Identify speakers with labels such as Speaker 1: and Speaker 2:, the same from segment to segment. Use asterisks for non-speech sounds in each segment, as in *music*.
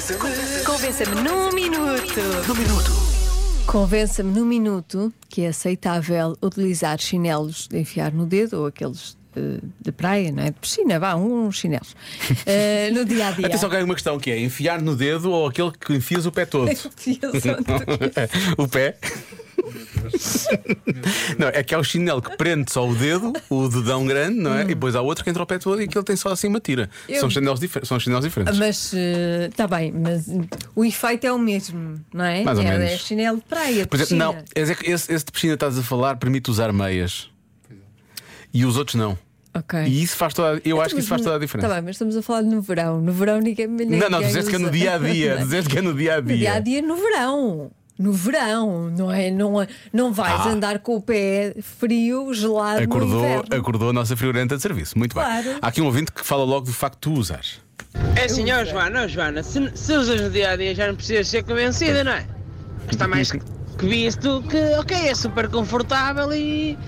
Speaker 1: Convença-me. Convença-me num minuto.
Speaker 2: No minuto.
Speaker 3: Convença-me num minuto que é aceitável utilizar chinelos de enfiar no dedo ou aqueles de, de praia, não é? De piscina, vá, uns chinelos.
Speaker 2: *laughs*
Speaker 3: Eh, no dia a dia. *laughs*
Speaker 2: Atenção que há uma questão que é enfiar no dedo ou aquele que enfias o pé todo. o pé. Não, é que há o chinelo que prende só o dedo, o dedão grande, não é? E depois há outro que entra o pé todo e aquele tem só assim uma tira.
Speaker 3: Hum. Eu-
Speaker 2: São, chinelos difer- são chinelos diferentes.
Speaker 3: Mas está bem, mas hum, o efeito é o mesmo, não é?
Speaker 2: Mais ou
Speaker 3: é,
Speaker 2: menos.
Speaker 3: é chinelo de praia. de
Speaker 2: Por exemplo,
Speaker 3: piscina.
Speaker 2: não, esse, é que- esse- esse de piscina que estás a falar permite usar meias. E os outros não.
Speaker 3: Ok.
Speaker 2: E isso faz toda a- Eu acho que isso faz toda a diferença.
Speaker 3: Está bem, É. Então, mas estamos a falar no verão. No verão ninguém me
Speaker 2: não, não, dizeste que é no dia
Speaker 3: *laughs*
Speaker 2: a dia. Dizeste que é no dia a
Speaker 3: No dia a
Speaker 2: dia.
Speaker 3: dia no verão. No verão, não é? Não, não vais
Speaker 2: Ah.
Speaker 3: andar com o pé frio, gelado no
Speaker 2: Acordou,
Speaker 3: inverno.
Speaker 2: acordou a nossa friorenta de serviço. Muito bem.
Speaker 3: Claro.
Speaker 2: Há aqui um ouvinte que fala logo do facto de tu usares.
Speaker 4: É assim, ó Joana, ó Joana, se, se usas no dia a dia já não precisas ser convencida, não é? Está mais que que visto que, ok, é super confortável e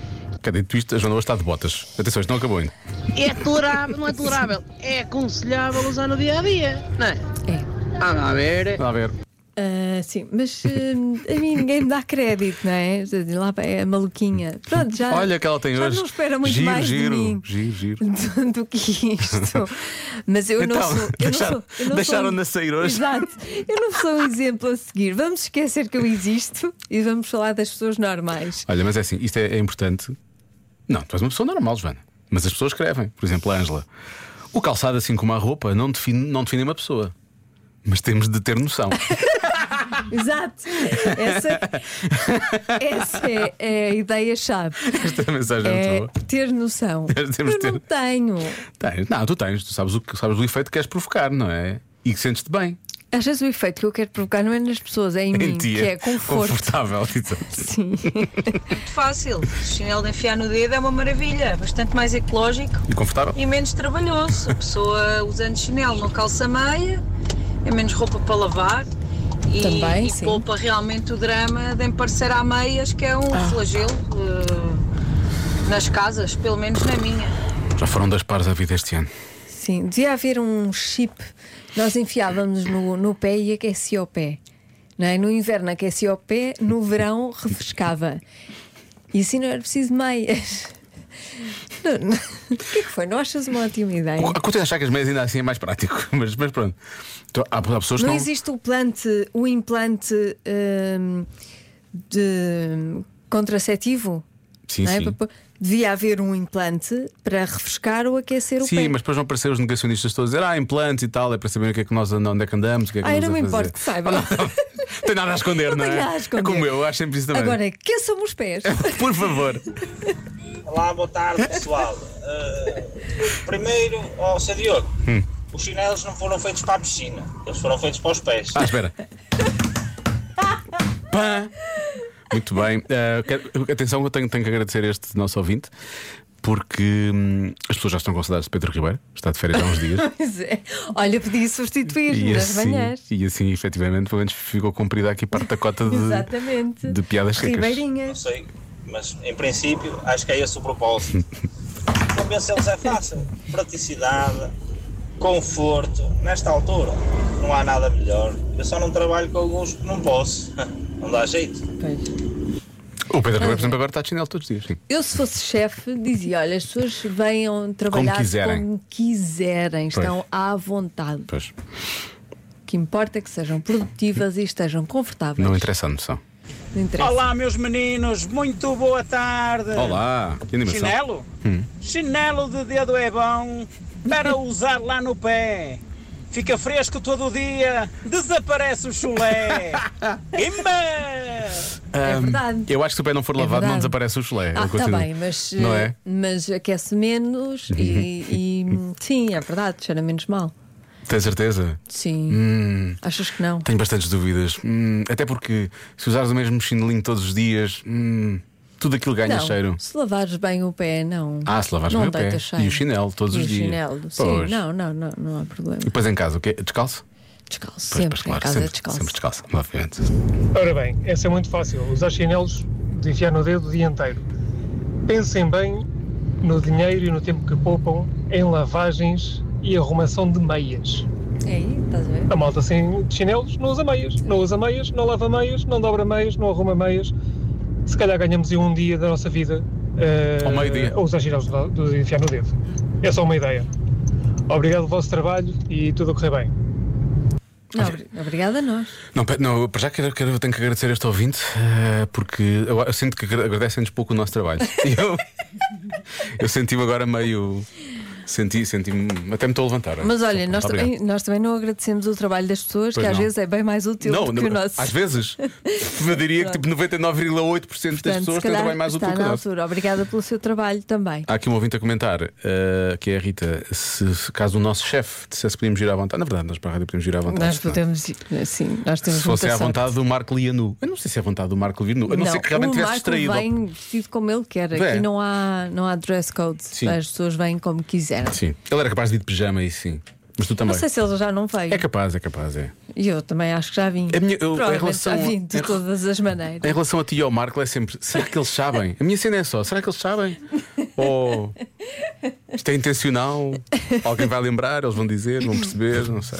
Speaker 2: Quer dizer, tu isto, a Joana hoje está de botas. Atenção, isto não acabou ainda.
Speaker 4: é tolerável, não é tolerável, é aconselhável usar no dia a dia, não é?
Speaker 3: É.
Speaker 4: Anda a ver.
Speaker 2: Vamos lá ver.
Speaker 3: Ah, sim, mas ah, a mim ninguém me dá crédito, não é? Lá vai a maluquinha. Pronto, já.
Speaker 2: Ah, Olha que ela tem
Speaker 3: já
Speaker 2: hoje.
Speaker 3: não espera muito
Speaker 2: giro,
Speaker 3: mais
Speaker 2: giro,
Speaker 3: de mim.
Speaker 2: giro, giro.
Speaker 3: *laughs* do, do que isto. Mas eu não
Speaker 2: Então,
Speaker 3: sou. Eu não sou- eu não
Speaker 2: deixaram-
Speaker 3: sou- um
Speaker 2: deixaram-na sair hoje.
Speaker 3: Exato. Eu não sou um exemplo a seguir. Vamos esquecer que eu existo e vamos falar das pessoas normais.
Speaker 2: Olha, mas é assim, isto é, é importante. Não, tu és uma pessoa normal, Joana. Mas as pessoas escrevem. Por exemplo, a Ângela. O calçado, assim como a roupa, não define, não define uma pessoa. Mas temos de
Speaker 3: *laughs*
Speaker 2: ter noção.
Speaker 3: Exato. Essa, essa é, é a ideia-chave.
Speaker 2: Esta mensagem é muito
Speaker 3: É
Speaker 2: boa.
Speaker 3: ter noção.
Speaker 2: *laughs* Temos de
Speaker 3: eu
Speaker 2: ter.
Speaker 3: não tenho.
Speaker 2: Tens. Não, tu tens, tu sabes o, que- sabes o efeito que queres provocar, não é? E que sentes-te bem
Speaker 3: Às vezes o efeito que eu quero provocar não é nas pessoas, é em,
Speaker 2: em
Speaker 3: mim,
Speaker 2: ti.
Speaker 3: que é conforto.
Speaker 2: Confortável. exato.
Speaker 3: Sim.
Speaker 5: Muito fácil. Chinelo de enfiar no dedo é uma maravilha. Bastante mais ecológico
Speaker 2: E confortável?
Speaker 5: e menos trabalhoso. A pessoa usando chinelo não calça meia, é menos roupa para lavar. E,
Speaker 3: Também,
Speaker 5: e
Speaker 3: sim.
Speaker 5: poupa realmente o drama de emparecer a meias, que é um flagelo eh, nas casas, pelo menos na minha.
Speaker 2: Já foram dois pares a vida este ano.
Speaker 3: Sim, devia haver um chip. Nós enfiávamos no, no pé e aquecia o pé. Não é? No inverno aquecia o pé, no verão refrescava. E assim não era preciso meias. *laughs* Não, não. O que é que foi? Não achas uma ótima ideia?
Speaker 2: A Continuo a achar que as meias ainda assim é mais prático, *laughs* mas, mas pronto. Então, há, há pessoas que
Speaker 3: Não
Speaker 2: não.
Speaker 3: existe o plante, o implante hum, de contraceptivo?
Speaker 2: Sim,
Speaker 3: não é?
Speaker 2: sim.
Speaker 3: Para pôr- Devia haver um implante para refrescar ou aquecer o
Speaker 2: Sim,
Speaker 3: pé.
Speaker 2: mas depois vão aparecer os negacionistas todos a dizer ah, implantes e tal, é para saber o que é que nós andamos, onde é que andamos, o que é que
Speaker 3: Ai,
Speaker 2: andamos
Speaker 3: Ah, não me
Speaker 2: a fazer.
Speaker 3: importa que saiba. *laughs*
Speaker 2: Ah, não, não. Tem nada a esconder,
Speaker 3: Não
Speaker 2: não, é?
Speaker 3: tenho nada a esconder.
Speaker 2: É como eu, eu acho sempre isso também.
Speaker 3: Agora, que somos os pés?
Speaker 2: *laughs*
Speaker 3: *laughs*
Speaker 2: Por favor.
Speaker 6: Olá, boa tarde pessoal. Uh, primeiro, ao Sr. Diogo, os chinelos não foram feitos para a piscina, eles foram feitos para os pés.
Speaker 2: Ah,
Speaker 3: *laughs*
Speaker 2: espera. Pá. Muito bem. Ah, quero- atenção, eu tenho, tenho que agradecer este nosso ouvinte, porque hum, as pessoas já estão com saudades de Pedro Ribeiro, está de férias há uns dias.
Speaker 3: Pois é. Olha, podia substituir-me
Speaker 2: E
Speaker 3: das
Speaker 2: assim,
Speaker 3: manhãs.
Speaker 2: e assim, efetivamente, pelo menos ficou cumprida aqui parte da cota
Speaker 3: *laughs*
Speaker 2: de,
Speaker 3: Exatamente.
Speaker 2: de piadas secas.
Speaker 6: Não
Speaker 3: Ribeirinhas.
Speaker 6: sei, mas em princípio acho que é esse o propósito. Convencê-los é fácil. Praticidade, conforto, nesta altura não há nada melhor. Eu só não trabalho com alguns que não posso. *laughs* Não dá jeito.
Speaker 2: O Pedro Ribeiro, por exemplo, agora está de chinelo todos os dias. Sim.
Speaker 3: Eu, se fosse chefe, dizia: olha, as pessoas venham trabalhar
Speaker 2: quiserem.
Speaker 3: como quiserem,
Speaker 2: Pois.
Speaker 3: estão à vontade.
Speaker 2: Pois,
Speaker 3: O que importa é que sejam produtivas e estejam confortáveis.
Speaker 2: não interessa a noção.
Speaker 3: Não interessa.
Speaker 7: Olá, meus meninos, muito boa tarde.
Speaker 2: Olá, que animação.
Speaker 7: Chinelo? Chinelo de dedo é bom para usar lá no pé. Fica fresco todo o dia, desaparece o chulé. Imba!
Speaker 3: É
Speaker 2: Ahm,
Speaker 3: verdade.
Speaker 2: Eu acho que se o pé não for
Speaker 3: É
Speaker 2: lavado, não
Speaker 3: verdade.
Speaker 2: desaparece o
Speaker 3: Ah,
Speaker 2: chulé. Ele
Speaker 3: está
Speaker 2: É, continua.
Speaker 3: bem, mas,
Speaker 2: Não
Speaker 3: eh,
Speaker 2: é?
Speaker 3: mas aquece menos
Speaker 2: *laughs*
Speaker 3: e, e, sim, é verdade, cheira menos mal.
Speaker 2: Tens certeza?
Speaker 3: Sim.
Speaker 2: Hum.
Speaker 3: Achas que não?
Speaker 2: Tenho bastantes dúvidas. Hum, até porque se usares o mesmo chinelinho todos os dias, hum, tudo aquilo ganha
Speaker 3: não.
Speaker 2: cheiro.
Speaker 3: Se lavares bem o pé, não.
Speaker 2: Ah, se lavares
Speaker 3: não
Speaker 2: bem o
Speaker 3: deita
Speaker 2: pé.
Speaker 3: cheiro.
Speaker 2: E o chinelo todos
Speaker 3: E
Speaker 2: os
Speaker 3: o
Speaker 2: dias.
Speaker 3: chinelo, sim.
Speaker 2: Pois.
Speaker 3: Não, não, não, não há problema.
Speaker 2: E depois em casa, o quê? Descalço?
Speaker 3: Descalço,
Speaker 2: Pois,
Speaker 3: sempre.
Speaker 2: pois, claro,
Speaker 3: em casa
Speaker 2: sempre,
Speaker 3: descalço.
Speaker 2: sempre descalço, obviamente.
Speaker 8: Ora bem, essa é muito fácil. Usar chinelos de enfiar no dedo o dia inteiro. Pensem bem no dinheiro e no tempo que poupam em lavagens e arrumação de meias.
Speaker 3: É Aí, estás a ver?
Speaker 8: A malta sem chinelos não usa meias, não usa meias, não lava meias, não dobra meias, não arruma meias. Se calhar ganhamos aí um dia da nossa vida eh,
Speaker 2: Ao meio-dia.
Speaker 8: a usar chinelos de, de enfiar no dedo. É só uma ideia. Obrigado pelo vosso trabalho e tudo a correr bem.
Speaker 3: Não, obri- obrigada a nós.
Speaker 2: Não, pe- não, eu para já quero, quero, tenho que agradecer este ouvinte, eh, porque eu, eu sinto que agra- agradecem-nos pouco o
Speaker 3: *laughs*
Speaker 2: nosso trabalho. E eu eu senti-me agora meio. Senti, senti-me. Até me estou a levantar.
Speaker 3: Mas olha, nós
Speaker 2: Obrigado.
Speaker 3: também, nós também não agradecemos o trabalho das pessoas,
Speaker 2: Pois
Speaker 3: que às
Speaker 2: não.
Speaker 3: vezes é bem mais útil
Speaker 2: Não,
Speaker 3: do que o
Speaker 2: não,
Speaker 3: nosso.
Speaker 2: às vezes. Eu diria que tipo 99,8% das
Speaker 3: Portanto, se
Speaker 2: pessoas têm um
Speaker 3: calhar
Speaker 2: trabalho mais útil
Speaker 3: está
Speaker 2: que o
Speaker 3: na
Speaker 2: nosso.
Speaker 3: altura. Obrigada pelo seu trabalho também.
Speaker 2: Há aqui um ouvinte a comentar, eh, que é a Rita, se, se caso o nosso chefe dissesse que podíamos girar à vontade. Na verdade, nós para a rádio podemos girar à vontade.
Speaker 3: Nós
Speaker 2: se não. é?
Speaker 3: podemos, eh, sim, nós temos
Speaker 2: Se fosse
Speaker 3: muita
Speaker 2: à
Speaker 3: sorte.
Speaker 2: vontade do Marco lia nu. Eu não sei se é à vontade do Marco lia nu. A não, ser que realmente
Speaker 3: o
Speaker 2: tivesse
Speaker 3: Marco
Speaker 2: distraído.
Speaker 3: um vem vestido como ele quer. Aqui
Speaker 2: É.
Speaker 3: não há, não há dress code.
Speaker 2: Sim.
Speaker 3: As pessoas vêm como quiserem.
Speaker 2: Sim, ele era capaz de ir de pijama e sim. Mas tu
Speaker 3: Não
Speaker 2: também.
Speaker 3: sei se ele já não veio.
Speaker 2: É capaz, é capaz, é.
Speaker 3: E eu também acho que já vim.
Speaker 2: A minha- eu- em
Speaker 3: Provavelmente
Speaker 2: relação-
Speaker 3: já vim de
Speaker 2: em-
Speaker 3: todas as maneiras.
Speaker 2: Em relação a ti e ao Marco, é sempre: será que eles sabem? A minha cena é só: será que eles sabem? Ou isto é intencional? Alguém vai lembrar? Eles vão dizer, vão perceber, não sei.